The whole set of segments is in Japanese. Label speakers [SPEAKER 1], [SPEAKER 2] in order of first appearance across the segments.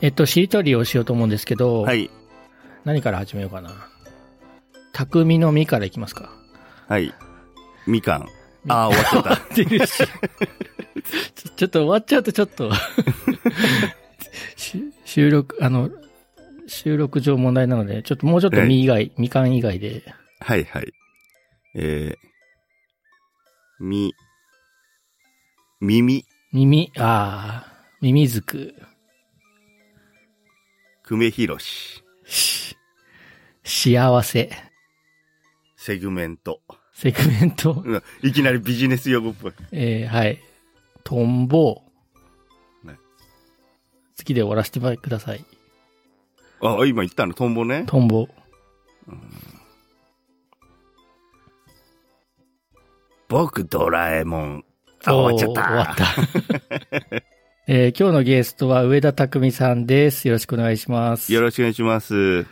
[SPEAKER 1] えっと、しりとりをしようと思うんですけど、
[SPEAKER 2] はい。
[SPEAKER 1] 何から始めようかな。匠の実からいきますか。
[SPEAKER 2] はい。みかん。ああ、終わっちゃった。
[SPEAKER 1] 出るし。 ちょちょっと終わっちゃうとちょっとし、収録、あの、収録上問題なので、ちょっともうちょっと実以外、みかん以外で、
[SPEAKER 2] はいはい。えー、み、耳、
[SPEAKER 1] 耳、ああ、耳づく、
[SPEAKER 2] 久米宏し、
[SPEAKER 1] し、幸せ、
[SPEAKER 2] セグメント。
[SPEAKER 1] セグメント、
[SPEAKER 2] うんいきなりビジネス用語っぽい。
[SPEAKER 1] えー、はい、トンボ、
[SPEAKER 2] ね
[SPEAKER 1] 次で終わらせてください。
[SPEAKER 2] あ、今言ったのトンボね。
[SPEAKER 1] トンボ、
[SPEAKER 2] 僕ドラえもん。あ、
[SPEAKER 1] おー
[SPEAKER 2] 終わっちゃった。
[SPEAKER 1] 終わった。 えー今日のゲストは上田匠さんです。よろしくお願いします。
[SPEAKER 2] よろしくお願いします。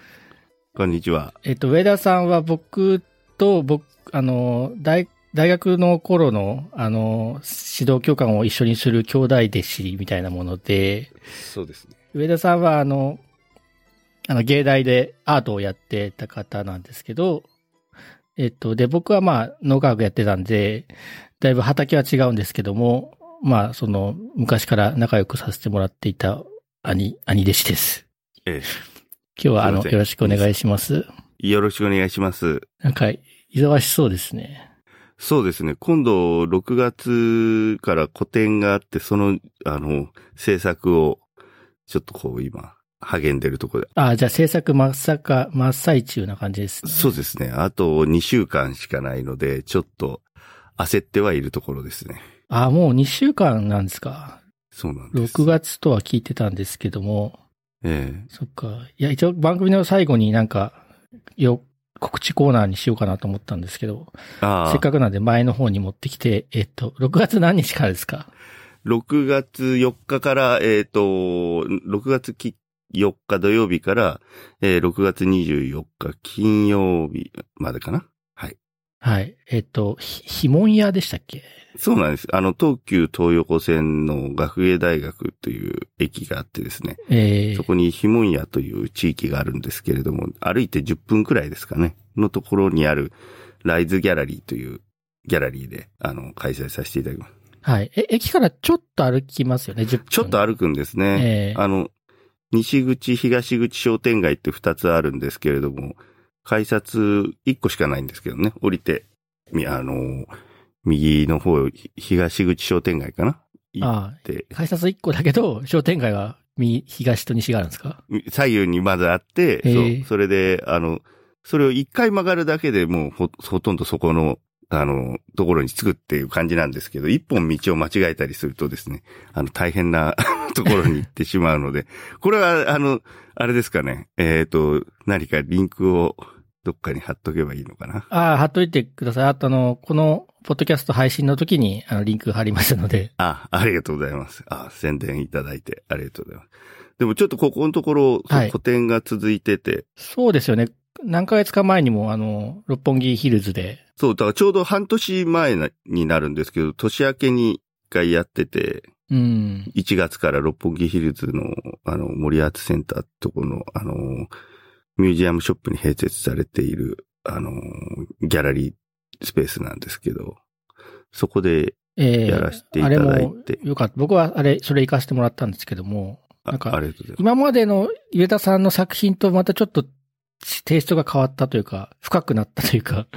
[SPEAKER 2] こんにちは。
[SPEAKER 1] えっと、上田さんは僕と、僕、あの、大、大学の頃の、あの、指導教官を一緒にする兄弟弟子みたいなもので、
[SPEAKER 2] そうですね。
[SPEAKER 1] 上田さんはあの、あの、芸大でアートをやってた方なんですけど、えっと、で、僕はまあ、農科学やってたんで、だいぶ畑は違うんですけども、まあ、その、昔から仲良くさせてもらっていた兄、兄弟子です。
[SPEAKER 2] え
[SPEAKER 1] 今日はあの、
[SPEAKER 2] すいません
[SPEAKER 1] よろしくお願いします。
[SPEAKER 2] えよろしくお願いします。
[SPEAKER 1] なんか、忙しそうですね。
[SPEAKER 2] そうですね。今度、6月から個展があって、その、あの、制作を、ちょっとこう、今、励んでるところで。
[SPEAKER 1] ああ、じゃあ制作真っさか、真っ最中な感じですね。
[SPEAKER 2] そうですね。あと2週間しかないので、ちょっと、焦ってはいるところですね。
[SPEAKER 1] ああ、もう2週間なんですか。
[SPEAKER 2] そうなんです。
[SPEAKER 1] 6月とは聞いてたんですけども、
[SPEAKER 2] ええ
[SPEAKER 1] そっか。いや、一応番組の最後になんか、よ、告知コーナーにしようかなと思ったんですけど、
[SPEAKER 2] ああ。
[SPEAKER 1] せっかくなんで前の方に持ってきて、えっと、6月何日からですか
[SPEAKER 2] 6月4日から、えっ、と、6月き4日土曜日から、えー6月24日金曜日までかな
[SPEAKER 1] はい。えっと、ひ、ひもん屋でしたっけ
[SPEAKER 2] そうなんです。あの、東急東横線の学芸大学という駅があってですね、
[SPEAKER 1] ええ
[SPEAKER 2] そこにひもんやという地域があるんですけれども、歩いて10分くらいですかね、のところにあるライズギャラリーというギャラリーで、あの、開催させていただきます。
[SPEAKER 1] はい。え、駅からちょっと歩きますよね、10分。
[SPEAKER 2] ちょっと歩くんですね。
[SPEAKER 1] ええ
[SPEAKER 2] あの、西口、東口商店街って二つあるんですけれども、改札一個しかないんですけどね、降りて、みあの、右の方、ひ東口商店街かな行っ
[SPEAKER 1] あ
[SPEAKER 2] て、
[SPEAKER 1] あ、改札1個だけど、商店街は右、東と西があるんですか
[SPEAKER 2] 左右にまずあって、
[SPEAKER 1] ええ
[SPEAKER 2] そうそれで、あの、それを一回曲がるだけでもうほ、ほとんどそこの、あの、ところに着くっていう感じなんですけど、一本道を間違えたりするとですね、あの、大変な ところに行ってしまうので、これは、あの、あれですかね、えっ、と、何かリンクをどっかに貼っとけばいいのかな。
[SPEAKER 1] ああ、貼っといてください。あとあの、この、ポッドキャスト配信の時に、あの、リンク貼りましたので。
[SPEAKER 2] あ、ありがとうございます。あ、宣伝いただいてありがとうございます。でもちょっとここのところ、
[SPEAKER 1] はい
[SPEAKER 2] 個展が続いてて、
[SPEAKER 1] そうですよね。何ヶ月か前にも、あの、六本木ヒルズで、
[SPEAKER 2] そう、だからちょうど半年前なになるんですけど、年明けに一回やってて、
[SPEAKER 1] うん。
[SPEAKER 2] 1月から六本木ヒルズの、あの、森アーツセンターってとこの、あの、ミュージアムショップに併設されている、あの、ギャラリースペースなんですけど、そこで
[SPEAKER 1] ええ
[SPEAKER 2] やらせていただいて
[SPEAKER 1] あれ、もよかった。僕はあれ、それ行かせてもらったんですけども、
[SPEAKER 2] あ
[SPEAKER 1] なんか
[SPEAKER 2] ありがとうございます。
[SPEAKER 1] 今までの上田さんの作品とまたちょっとテイストが変わったというか、深くなったという か、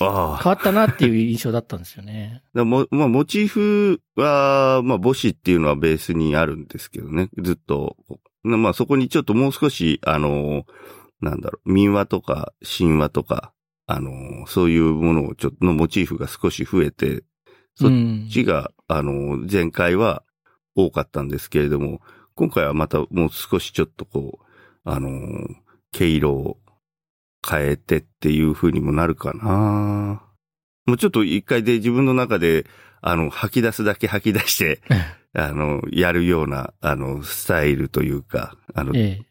[SPEAKER 2] ああ
[SPEAKER 1] 変わったなっていう印象だったんですよね。
[SPEAKER 2] だも、まあ、モチーフは、まあ、母子っていうのはベースにあるんですけどね、ずっと。なまあ、そこにちょっともう少し、あの、なんだろう、民話とか神話とか、あの、そういうものをちょっと、のモチーフが少し増えて、 そっ
[SPEAKER 1] ん
[SPEAKER 2] 字が、あの、前回は多かったんですけれども、今回はまたもう少しちょっとこう、あの、毛色を変えてっていう風にもなるかな。もうちょっと一回で自分の中で、あの、吐き出すだけ吐き出して、あの、やるような、あの、スタイルというか、あの、
[SPEAKER 1] ええ。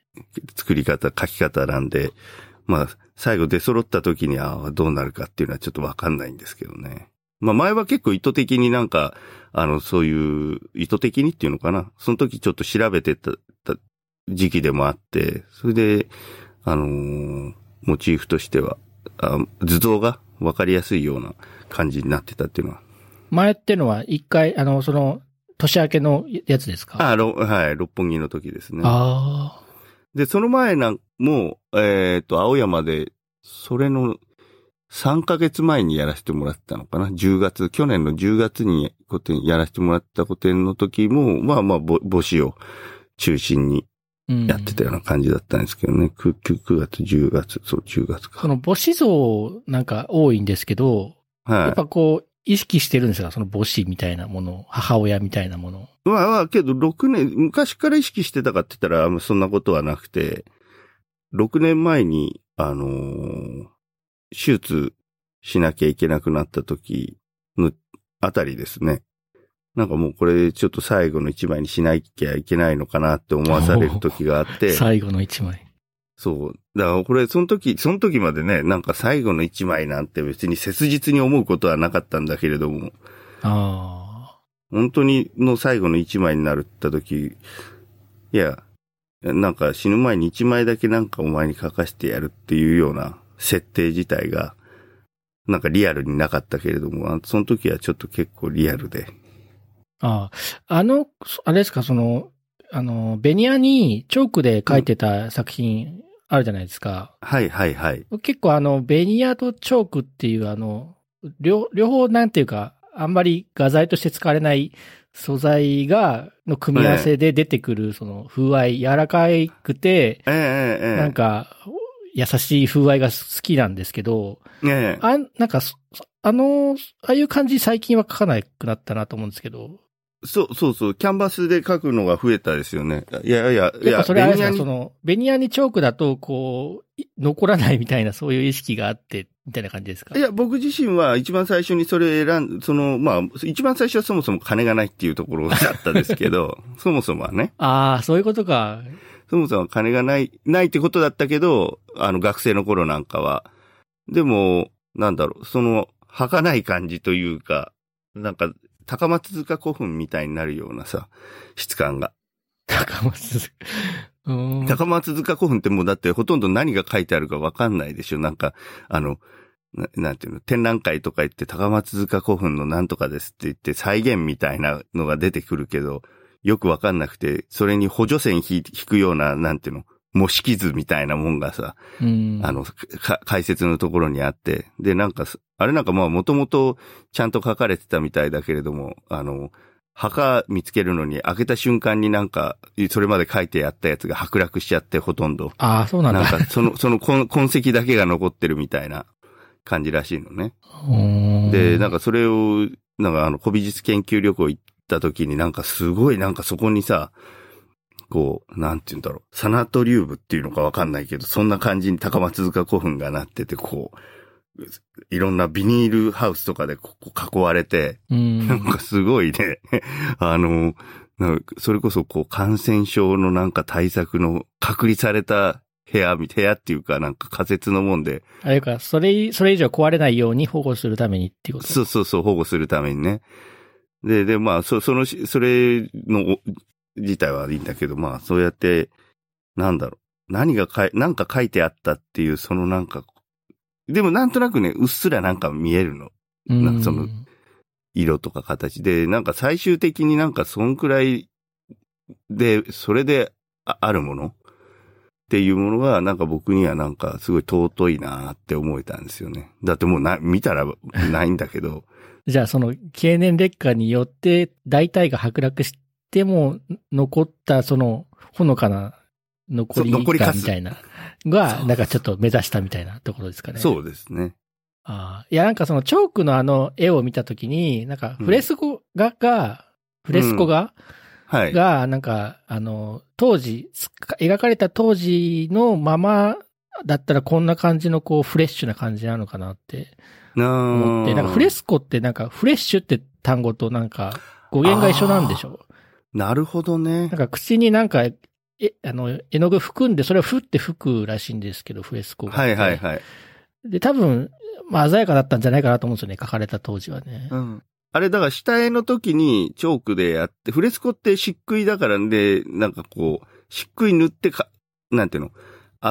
[SPEAKER 2] 作り方、書き方なんで、まあ、最後出揃った時に、ああ、どうなるかっていうのはちょっとわかんないんですけどね。まあ前は結構意図的になんか、あの、そういう、意図的にっていうのかな。その時ちょっと調べてた、た時期でもあって、それで、あのーモチーフとしては、あ図像がわかりやすいような感じになってたっていうのは。
[SPEAKER 1] 前ってのは一回、あの、その、年明けのやつですか
[SPEAKER 2] あ、ろはい、六本木の時ですね。
[SPEAKER 1] あ
[SPEAKER 2] で、その前なんもう、えっ、と、青山で、それの3ヶ月前にやらせてもらったのかな ?10 月、去年の10月に個展やらせてもらった個展の時も、まあまあ、ぼ母子を中心に
[SPEAKER 1] ーうん
[SPEAKER 2] やってたような感じだったんですけどね。9, 9月、10月、そう、10月
[SPEAKER 1] そ
[SPEAKER 2] か。
[SPEAKER 1] の母子像なんか多いんですけど、やっ
[SPEAKER 2] は
[SPEAKER 1] ぱこう、意識してるんですかその母子みたいなものを、母親みたいなものを。
[SPEAKER 2] い。まあまあ、けど6年、昔から意識してたかって言ったら、あんまそんなことはなくて、6年前に、あのー手術しなきゃいけなくなった時のあたりですね。なんかもうこれちょっと最後の一枚にしなきゃいけないのかなって思わされる時があっ て、
[SPEAKER 1] 最後の一枚。
[SPEAKER 2] そう。だからこれ、その時、その時までね、なんか最後の一枚なんて別に切実に思うことはなかったんだけれども、
[SPEAKER 1] あ
[SPEAKER 2] 本当にの最後の一枚になるった時、いや、なんか死ぬ前に一枚だけなんかお前に書かせてやるっていうような設定自体が、なんかリアルになかったけれども、あその時はちょっと結構リアルで。
[SPEAKER 1] あ。ああ。あの、そあれですか、その、あの、ベニヤにチョークで描いてた作品あるじゃないですか。
[SPEAKER 2] はいはいはい。
[SPEAKER 1] 結構あの、ベニヤとチョークっていうあの、両、両方なんていうか、あんまり画材として使われない素材が、の組み合わせで出てくる、その風合い、柔らかくて、
[SPEAKER 2] ええええええ。
[SPEAKER 1] なんか、優しい風合いが好きなんですけど、
[SPEAKER 2] ええ、
[SPEAKER 1] あ、なんかそ、そあの、ああいう感じ最近は描かなくなったなと思うんですけど、
[SPEAKER 2] そうそうそう、キャンバスで書くのが増えたですよね。いやいや、い
[SPEAKER 1] やっぱそれあれですか、
[SPEAKER 2] ベニヤに
[SPEAKER 1] その、ベニヤにチョークだと、こう、い残らないみたいな、そういう意識があって、みたいな感じですか
[SPEAKER 2] いや、僕自身は一番最初にそれ選ん、その、まあ、一番最初はそもそも金がないっていうところだったですけど、 そもそもはね、
[SPEAKER 1] ああ、そういうことか。
[SPEAKER 2] そもそもは金がない、ないってことだったけど、あの、学生の頃なんかは。でも、なんだろう、その、儚い感じというか、なんか、高松塚古墳みたいになるようなさ、質感が。
[SPEAKER 1] 高松塚。うーん。
[SPEAKER 2] 高松塚古墳ってもうだってほとんど何が書いてあるかわかんないでしょ。なんか、あの、ななんていうの、展覧会とか行って高松塚古墳のなんとかですって言って再現みたいなのが出てくるけど、よくわかんなくて、それに補助線引い引くような、なんていうの、模式図みたいなもんがさ、
[SPEAKER 1] うん。
[SPEAKER 2] あの、か解説のところにあって、で、なんかす、あれなんかまあ、もともとちゃんと書かれてたみたいだけれども、あの、墓見つけるのに開けた瞬間になんか、それまで書いてあったやつが剥落しちゃってほとんど。
[SPEAKER 1] ああ、そうなん
[SPEAKER 2] なん
[SPEAKER 1] だ。
[SPEAKER 2] か、その、その痕痕跡だけが残ってるみたいな感じらしいのね。
[SPEAKER 1] うーん
[SPEAKER 2] で、なんかそれを、なんかあの、古美術研究旅行行った時になんかすごいなんかそこにさ、こう、なんて言うんだろう、サナトリウムっていうのかわかんないけど、そんな感じに高松塚古墳がなってて、こう、いろんなビニールハウスとかでここ囲われて、
[SPEAKER 1] う
[SPEAKER 2] なん
[SPEAKER 1] ん。
[SPEAKER 2] かすごいね、 あの、なんかそれこそこう感染症のなんか対策の隔離された部屋、部屋っていうかなんか仮設のもんで、
[SPEAKER 1] あれか、それ、それ以上壊れないように保護するためにっていうこと。
[SPEAKER 2] そうそうそう、保護するためにね。で、で、まあ、そ、そのし、それの、お自体はいいんだけど、まあ、そうやって、なんだろう。何がかい、なんか書いてあったっていう、そのなんか、でもなんとなくね、うっすらなんか見えるの。
[SPEAKER 1] う
[SPEAKER 2] なんかその色とか形で、なんか最終的になんかそんくらいで、それでああるものっていうものが、なんか僕にはなんかすごい尊いなって思えたんですよね。だってもうな、見たらないんだけど、
[SPEAKER 1] じゃあ、その、経年劣化によって、大体が剥落しても、残った、その、ほのかな、残り
[SPEAKER 2] そう残り
[SPEAKER 1] が
[SPEAKER 2] かす
[SPEAKER 1] みたいな、
[SPEAKER 2] そ
[SPEAKER 1] が、
[SPEAKER 2] う
[SPEAKER 1] なんかちょっと目指したみたいなところですかね。
[SPEAKER 2] そうですね。
[SPEAKER 1] ああ。いや、なんかその、チョークのあの、絵を見たときに、なんか、フレスコ画が、フレスコ画
[SPEAKER 2] はい。
[SPEAKER 1] が、なんか、あの、当時、つ描かれた当時のままだったらこんな感じのこうフレッシュな感じなのかなって
[SPEAKER 2] な
[SPEAKER 1] 思って、なんかフレスコってなんかフレッシュって単語となんか語源が一緒なんでしょ
[SPEAKER 2] なるほどね
[SPEAKER 1] なん。か口になんか、え、あの、絵の具含んでそれをふって吹くらしいんですけど、フレスコが。
[SPEAKER 2] はいはいはい。
[SPEAKER 1] で、多分、まあ鮮やかだったんじゃないかなと思うんですよね、描かれた当時はね。
[SPEAKER 2] うん。あれ、だから下絵の時にチョークでやって、フレスコって漆喰だからんで、なんかこう、漆喰塗ってか、なんていうの、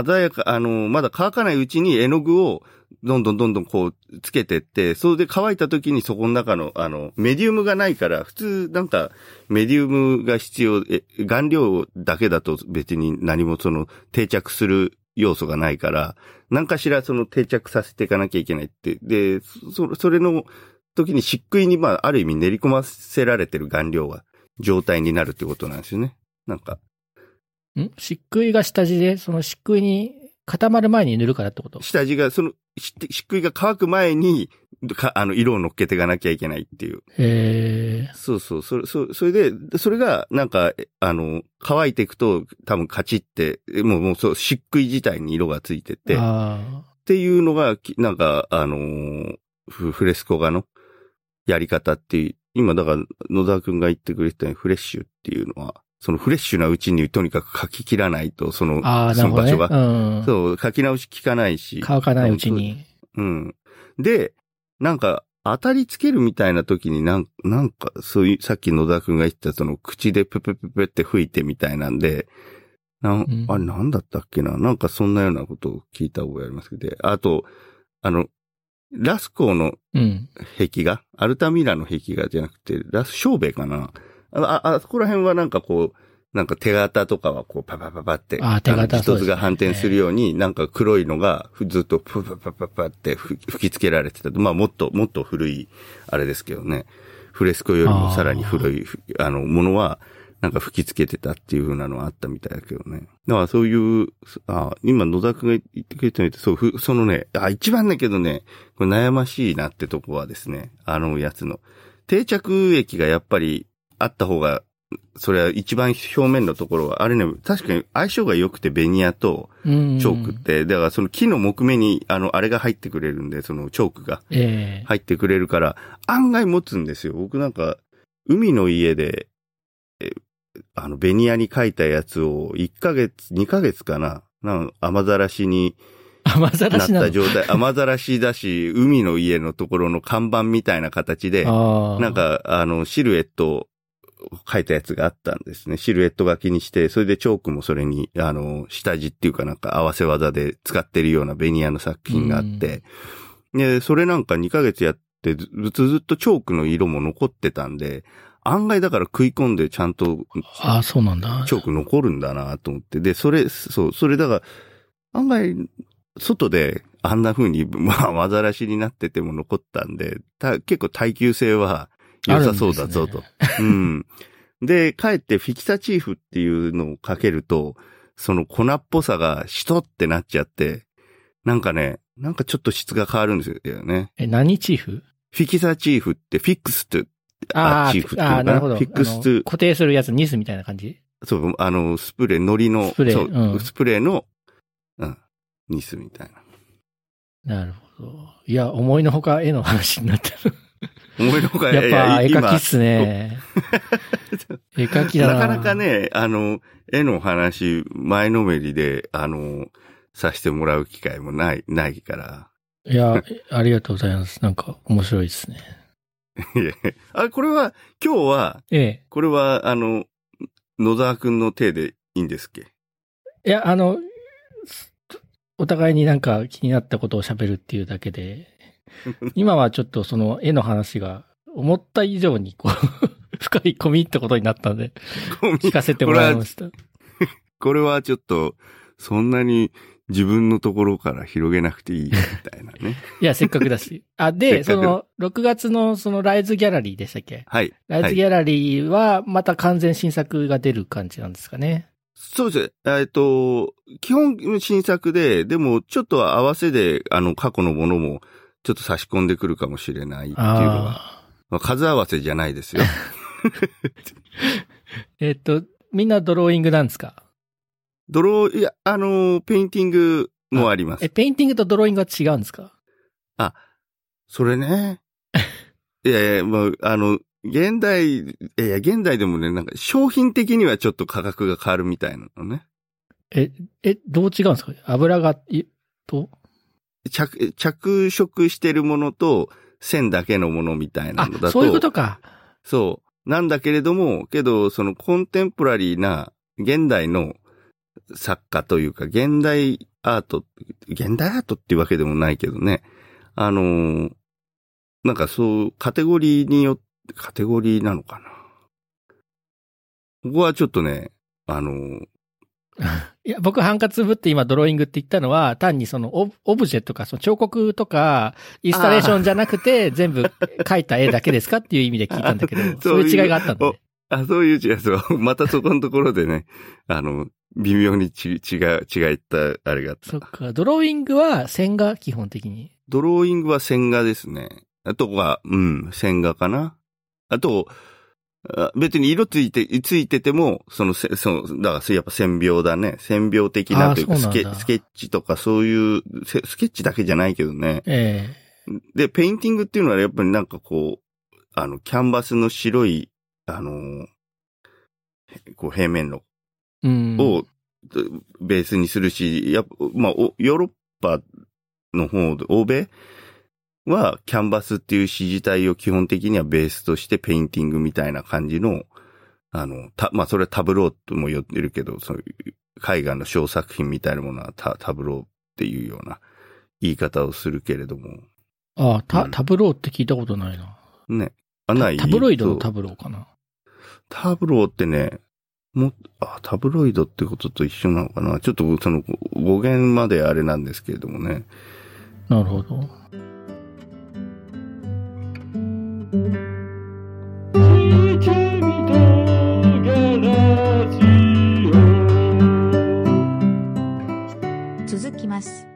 [SPEAKER 2] 鮮やか、あの、まだ乾かないうちに絵の具をどんどんどんどんこうつけてって、それで乾いた時にそこの中の、あの、メディウムがないから、普通なんかメディウムが必要、え、顔料だけだと別に何もその定着する要素がないから、何かしらその定着させていかなきゃいけないって。で、そ、それの時に漆喰にまあある意味練り込ませられてる顔料が状態になるってことなんですよね。なんか、
[SPEAKER 1] ん漆喰が下地で、その漆喰に固まる前に塗るからってこと
[SPEAKER 2] 下地が、その、し漆喰が乾く前に、か、 あの、色を乗っけていかなきゃいけないっていう。
[SPEAKER 1] へえ。
[SPEAKER 2] そうそう、それ、そそれで、それが、なんか、えあの、乾いていくと、多分カチって、えもう、もう、そう、漆喰自体に色がついてて、っ
[SPEAKER 1] あ
[SPEAKER 2] ていうのが、きなんか、あのーフフレスコ画のやり方っていう、今、だから、野沢くんが言ってくれてたようにフレッシュっていうのは、そのフレッシュなうちにとにかく書き切らないと、その
[SPEAKER 1] ー、あー、な
[SPEAKER 2] そ
[SPEAKER 1] る
[SPEAKER 2] の
[SPEAKER 1] ほど
[SPEAKER 2] 場
[SPEAKER 1] ね。
[SPEAKER 2] 所が。
[SPEAKER 1] うん。
[SPEAKER 2] そう、書き直し効かないし。
[SPEAKER 1] 乾かないうちに。
[SPEAKER 2] うん。で、なんか、当たりつけるみたいな時になん、なんか、そういう、さっき野田くんが言った、その、口でププププって吹いてみたいなんで、なん
[SPEAKER 1] うん
[SPEAKER 2] あれ、なんだったっけななんか、そんなようなことを聞いた覚えありますけど、であと、あの、ラスコーの
[SPEAKER 1] うん。
[SPEAKER 2] 壁画アルタミラの壁画じゃなくて、ラス、ショーベかなあ、あ、あそこら辺はなんかこう、なんか手形とかはこうパパパパって、
[SPEAKER 1] あ手形
[SPEAKER 2] の
[SPEAKER 1] そう
[SPEAKER 2] 一
[SPEAKER 1] です
[SPEAKER 2] つ
[SPEAKER 1] ね
[SPEAKER 2] が反転するように、なんか黒いのがふずっとプパパパパって吹き吹き付けられてた。まあもっと、もっと古い、あれですけどね。フレスコよりもさらに古い、ふあの、ものは、なんか吹き付けてたっていう風なのはあったみたいだけどね。だからそういう、あ今野田くんが言ってくれたみたいそう、ふそのね、あ、一番だけどね、これ悩ましいなってとこはですね、あのやつの。定着液がやっぱりあった方が、それは一番表面のところは、あれね、確かに相性が良くてベニヤと
[SPEAKER 1] うん。
[SPEAKER 2] チョークって、だからその木の木目に、あの、あれが入ってくれるんで、そのチョークが。
[SPEAKER 1] ええ
[SPEAKER 2] 入ってくれるから、案外持つんですよ。僕なんか、海の家で、えあの、ベニヤに書いたやつを、1ヶ月、2ヶ月かな、なん雨ざらしに
[SPEAKER 1] 雨ざ
[SPEAKER 2] な
[SPEAKER 1] ら
[SPEAKER 2] っ
[SPEAKER 1] しなの
[SPEAKER 2] た状態、雨ざらしだし、海の家のところの看板みたいな形で、
[SPEAKER 1] ああ。
[SPEAKER 2] なん、か、あの、シルエットを描いたやつがあったんですね。シルエット書きにして、それでチョークもそれに、あの、下地っていうかなんか合わせ技で使ってるようなベニヤの作品があって、で、それなんか2ヶ月やってず、ずずっとチョークの色も残ってたんで、案外だから食い込んでちゃんと
[SPEAKER 1] ああ、そうなんだ。
[SPEAKER 2] チョーク残るんだなと思って。で、それ、そう、それだから、案外、外であんな風に、 まあ、わざらしになってても残ったんで、た結構耐久性は良さそうだぞと。うん。で、かえってフィキサチーフっていうのをかけると、その粉っぽさがしとってなっちゃって、なんかね、なんかちょっと質が変わるんですよね。
[SPEAKER 1] え、何チーフ
[SPEAKER 2] フィキサチーフってフィックスと、
[SPEAKER 1] ああ、
[SPEAKER 2] チーフっていうの
[SPEAKER 1] あ
[SPEAKER 2] か
[SPEAKER 1] あ、
[SPEAKER 2] な
[SPEAKER 1] なるほど。
[SPEAKER 2] フィックス
[SPEAKER 1] あの
[SPEAKER 2] ツー
[SPEAKER 1] 固定するやつ、ニスみたいな感じ
[SPEAKER 2] そう、あの、スプレー、糊の、
[SPEAKER 1] スプレー
[SPEAKER 2] そう、
[SPEAKER 1] うん
[SPEAKER 2] スプレーの、うん、ニスみたいな。
[SPEAKER 1] なるほど。いや、思いのほか絵の話になってる。
[SPEAKER 2] 思 いのほか、
[SPEAKER 1] やっぱ絵
[SPEAKER 2] いや
[SPEAKER 1] 描きっす ね。絵描き
[SPEAKER 2] 今
[SPEAKER 1] だ
[SPEAKER 2] な
[SPEAKER 1] な。
[SPEAKER 2] かなか。ね、あの、絵の話、前のめりで、あの、させてもらう機会もない、ないから。
[SPEAKER 1] いや、ありがとうございます。なんか面白いですね。
[SPEAKER 2] いやあ、これは、今日は、
[SPEAKER 1] え
[SPEAKER 2] これは、あの、野沢くんの手でいいんですっけ
[SPEAKER 1] え。いや、あの、お互いになんか気になったことを喋るっていうだけ で、今はちょっとその絵の話が思った以上にこう、 深い込み入ったことになったんで、
[SPEAKER 2] ごめん
[SPEAKER 1] 聞かせてもらいました。
[SPEAKER 2] これはちょっと、そんなに自分のところから広げなくていいみたいなね。
[SPEAKER 1] いや、せっかくだ し。あ、で、
[SPEAKER 2] せっ
[SPEAKER 1] そ
[SPEAKER 2] かく
[SPEAKER 1] の、6月のそのライズギャラリーでしたっけ
[SPEAKER 2] はい。
[SPEAKER 1] ライズギャラリーは、また完全新作が出る感じなんですかね。
[SPEAKER 2] そうですね。えっと、基本新作で、でもちょっと合わせで、あの、過去のものも、ちょっと差し込んでくるかもしれないっていうのは、
[SPEAKER 1] あ
[SPEAKER 2] まあ数合わせじゃないですよ。
[SPEAKER 1] あ。えっと、みんなドローイングなんですか
[SPEAKER 2] ドロー、いや、あの、ペインティングもあります
[SPEAKER 1] え、。ペインティングとドローイングは違うんですか
[SPEAKER 2] それ ね。いやいや、まあ、あの、現代、いやいや、現代でもね、なんか商品的にはちょっと価格が変わるみたいなのね。
[SPEAKER 1] え、え、どう違うんですか油が、いと
[SPEAKER 2] 着、着色してるものと、線だけのものみたいな
[SPEAKER 1] あ
[SPEAKER 2] のだと。、
[SPEAKER 1] そういうことか。
[SPEAKER 2] そう。なんだけれども、けど、そのコンテンポラリーな現代の作家というか、現代アート、現代アートっていうわけでもないけどね、あのーなんかそう、カテゴリーによって、カテゴリーなのかな。ここはちょっとね、あのー、
[SPEAKER 1] いや、僕、ハンカツ部って今、ドローイングって言ったのは、単にそのオブ、オブジェとか、その彫刻とか、インスタレーションじゃなくて、全部描いた絵だけですかっていう意味で聞いたんだけどそういう違いがあったんだね。
[SPEAKER 2] あ、そういう違い、そう。 またそこのところでね、あの、微妙にち違う、違った、あれがあっ
[SPEAKER 1] そ
[SPEAKER 2] た
[SPEAKER 1] っ。か、ドローイングは線画、基本的に。
[SPEAKER 2] ドローイングは線画ですね。あとは、うん、線画かな。あと、あ別に色ついて、ついてても、そのせ、その、だからやっぱ線描だね。線描的なという
[SPEAKER 1] あ
[SPEAKER 2] か、
[SPEAKER 1] ー
[SPEAKER 2] スケ
[SPEAKER 1] そうなんだ
[SPEAKER 2] スケッチとかそういう、せスケッチだけじゃないけどね。
[SPEAKER 1] え
[SPEAKER 2] で、ペインティングっていうのはやっぱりなんかこう、あの、キャンバスの白い、あの、へこう平面の
[SPEAKER 1] えうん。
[SPEAKER 2] をベースにするし、やっぱまあ、おヨーロッパの方で、欧米はキャンバスっていう指示体を基本的にはベースとしてペインティングみたいな感じの、あの、た、まあそれはタブローとも言ってるけど、そういう絵画の小作品みたいなものはタタブローっていうような言い方をするけれども、
[SPEAKER 1] ああた
[SPEAKER 2] うん
[SPEAKER 1] タブローって聞いたことないな。
[SPEAKER 2] ね。あ、ない
[SPEAKER 1] タブロイド
[SPEAKER 2] そ
[SPEAKER 1] の
[SPEAKER 2] う
[SPEAKER 1] タブローかな。
[SPEAKER 2] タブローってね、も、あ、タブロイドってことと一緒なのかなちょっとその語源まであれなんですけれどもね。
[SPEAKER 1] なるほど。
[SPEAKER 3] 聞いてみたがラジオ
[SPEAKER 4] 続きます